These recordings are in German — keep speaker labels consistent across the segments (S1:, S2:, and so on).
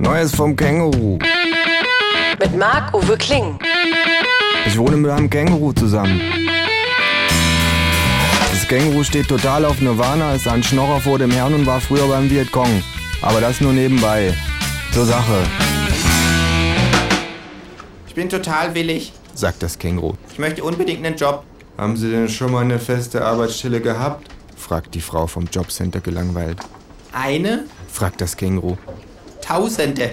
S1: Neues vom Känguru.
S2: Mit Marc-Uwe Kling.
S1: Ich wohne mit einem Känguru zusammen. Das Känguru steht total auf Nirvana, ist ein Schnorrer vor dem Herrn und war früher beim Vietcong. Aber das nur nebenbei. Zur Sache,
S3: Ich bin total willig.
S1: sagt das Känguru.
S3: Ich möchte unbedingt einen Job.
S1: Haben Sie denn schon mal eine feste Arbeitsstelle gehabt? fragt die Frau vom Jobcenter gelangweilt.
S3: Eine?
S1: Fragt das Känguru.
S3: Tausende.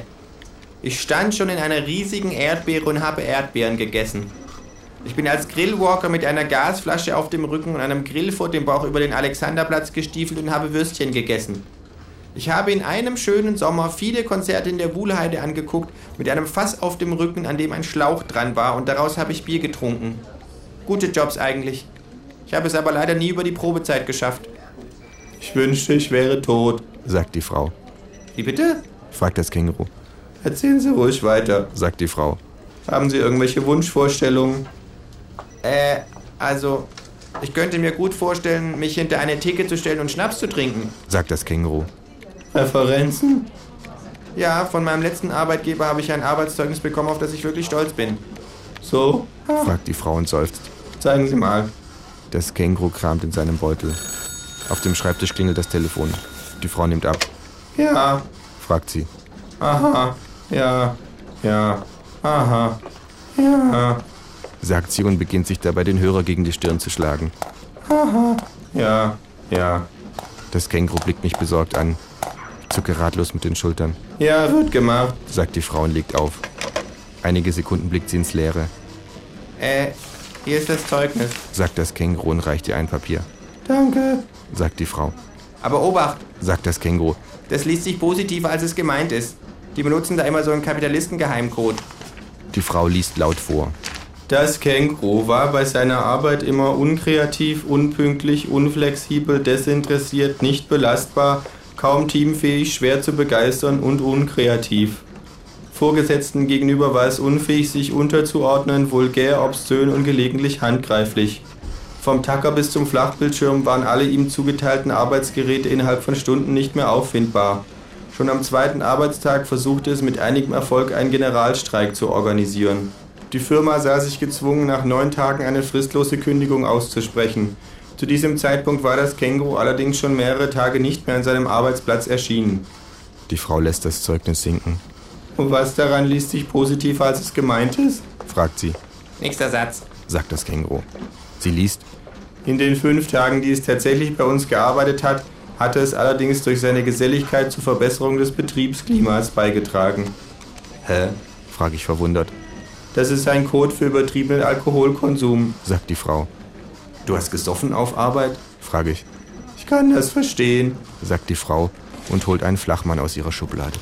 S3: Ich stand schon in einer riesigen Erdbeere und habe Erdbeeren gegessen. Ich bin als Grillwalker mit einer Gasflasche auf dem Rücken und einem Grill vor dem Bauch über den Alexanderplatz gestiefelt und habe Würstchen gegessen. Ich habe in einem schönen Sommer viele Konzerte in der Wuhlheide angeguckt, mit einem Fass auf dem Rücken, an dem ein Schlauch dran war, und daraus habe ich Bier getrunken. Gute Jobs eigentlich. Ich habe es aber leider nie über die Probezeit geschafft. Ich wünschte, ich wäre tot.
S1: sagt die Frau.
S3: Wie bitte?
S1: Fragt das Känguru.
S3: Erzählen Sie ruhig weiter.
S1: Sagt die Frau.
S3: Haben Sie irgendwelche Wunschvorstellungen? Äh, also, ich könnte mir gut vorstellen, mich hinter eine Theke zu stellen und Schnaps zu trinken.
S1: Sagt das Känguru.
S3: Referenzen? Ja, von meinem letzten Arbeitgeber habe ich ein Arbeitszeugnis bekommen, auf das ich wirklich stolz bin. So?
S1: Fragt die Frau und seufzt.
S3: Zeigen Sie mal.
S1: Das Känguru kramt in seinem Beutel. Auf dem Schreibtisch klingelt das Telefon. Die Frau nimmt ab.
S3: Ja,
S1: Fragt sie.
S3: aha, ja, ja, aha,
S1: Sagt sie und beginnt sich dabei den Hörer gegen die Stirn zu schlagen.
S3: ja, ja.
S1: Das Känguru blickt mich besorgt an. Zucke ratlos mit den Schultern.
S3: Ja, wird gemacht.
S1: Sagt die Frau und legt auf. Einige Sekunden blickt sie ins Leere.
S3: Äh, hier ist das Zeugnis.
S1: Sagt das Känguru und reicht ihr ein Papier.
S3: Danke.
S1: Sagt die Frau.
S3: Aber Obacht,
S1: Sagt das Känguru.
S3: Das liest sich positiver, als es gemeint ist. Die benutzen da immer so einen Kapitalistengeheimcode.
S1: Die Frau liest laut vor.
S3: Das Känguru war bei seiner Arbeit immer unkreativ, unpünktlich, unflexibel, desinteressiert, nicht belastbar, kaum teamfähig, schwer zu begeistern und unkreativ. Vorgesetzten gegenüber war es unfähig, sich unterzuordnen, vulgär, obszön und gelegentlich handgreiflich. Vom Tacker bis zum Flachbildschirm waren alle ihm zugeteilten Arbeitsgeräte innerhalb von Stunden nicht mehr auffindbar. Schon am zweiten Arbeitstag versuchte es mit einigem Erfolg einen Generalstreik zu organisieren. Die Firma sah sich gezwungen, nach neun Tagen eine fristlose Kündigung auszusprechen. Zu diesem Zeitpunkt war das Känguru allerdings schon mehrere Tage nicht mehr an seinem Arbeitsplatz erschienen.
S1: Die Frau lässt das Zeugnis sinken.
S3: Und was daran liest sich positiver, als es gemeint ist?
S1: Fragt sie.
S3: Nächster Satz.
S1: Sagt das Känguru. Sie liest.
S3: In den fünf Tagen, die es tatsächlich bei uns gearbeitet hat, hatte es allerdings durch seine Geselligkeit zur Verbesserung des Betriebsklimas beigetragen.
S1: Hä? Frage ich verwundert.
S3: Das ist ein Code für übertriebenen Alkoholkonsum.
S1: Sagt die Frau.
S3: Du hast gesoffen auf Arbeit?
S1: Frage ich.
S3: Ich kann das verstehen.
S1: Sagt die Frau und holt einen Flachmann aus ihrer Schublade.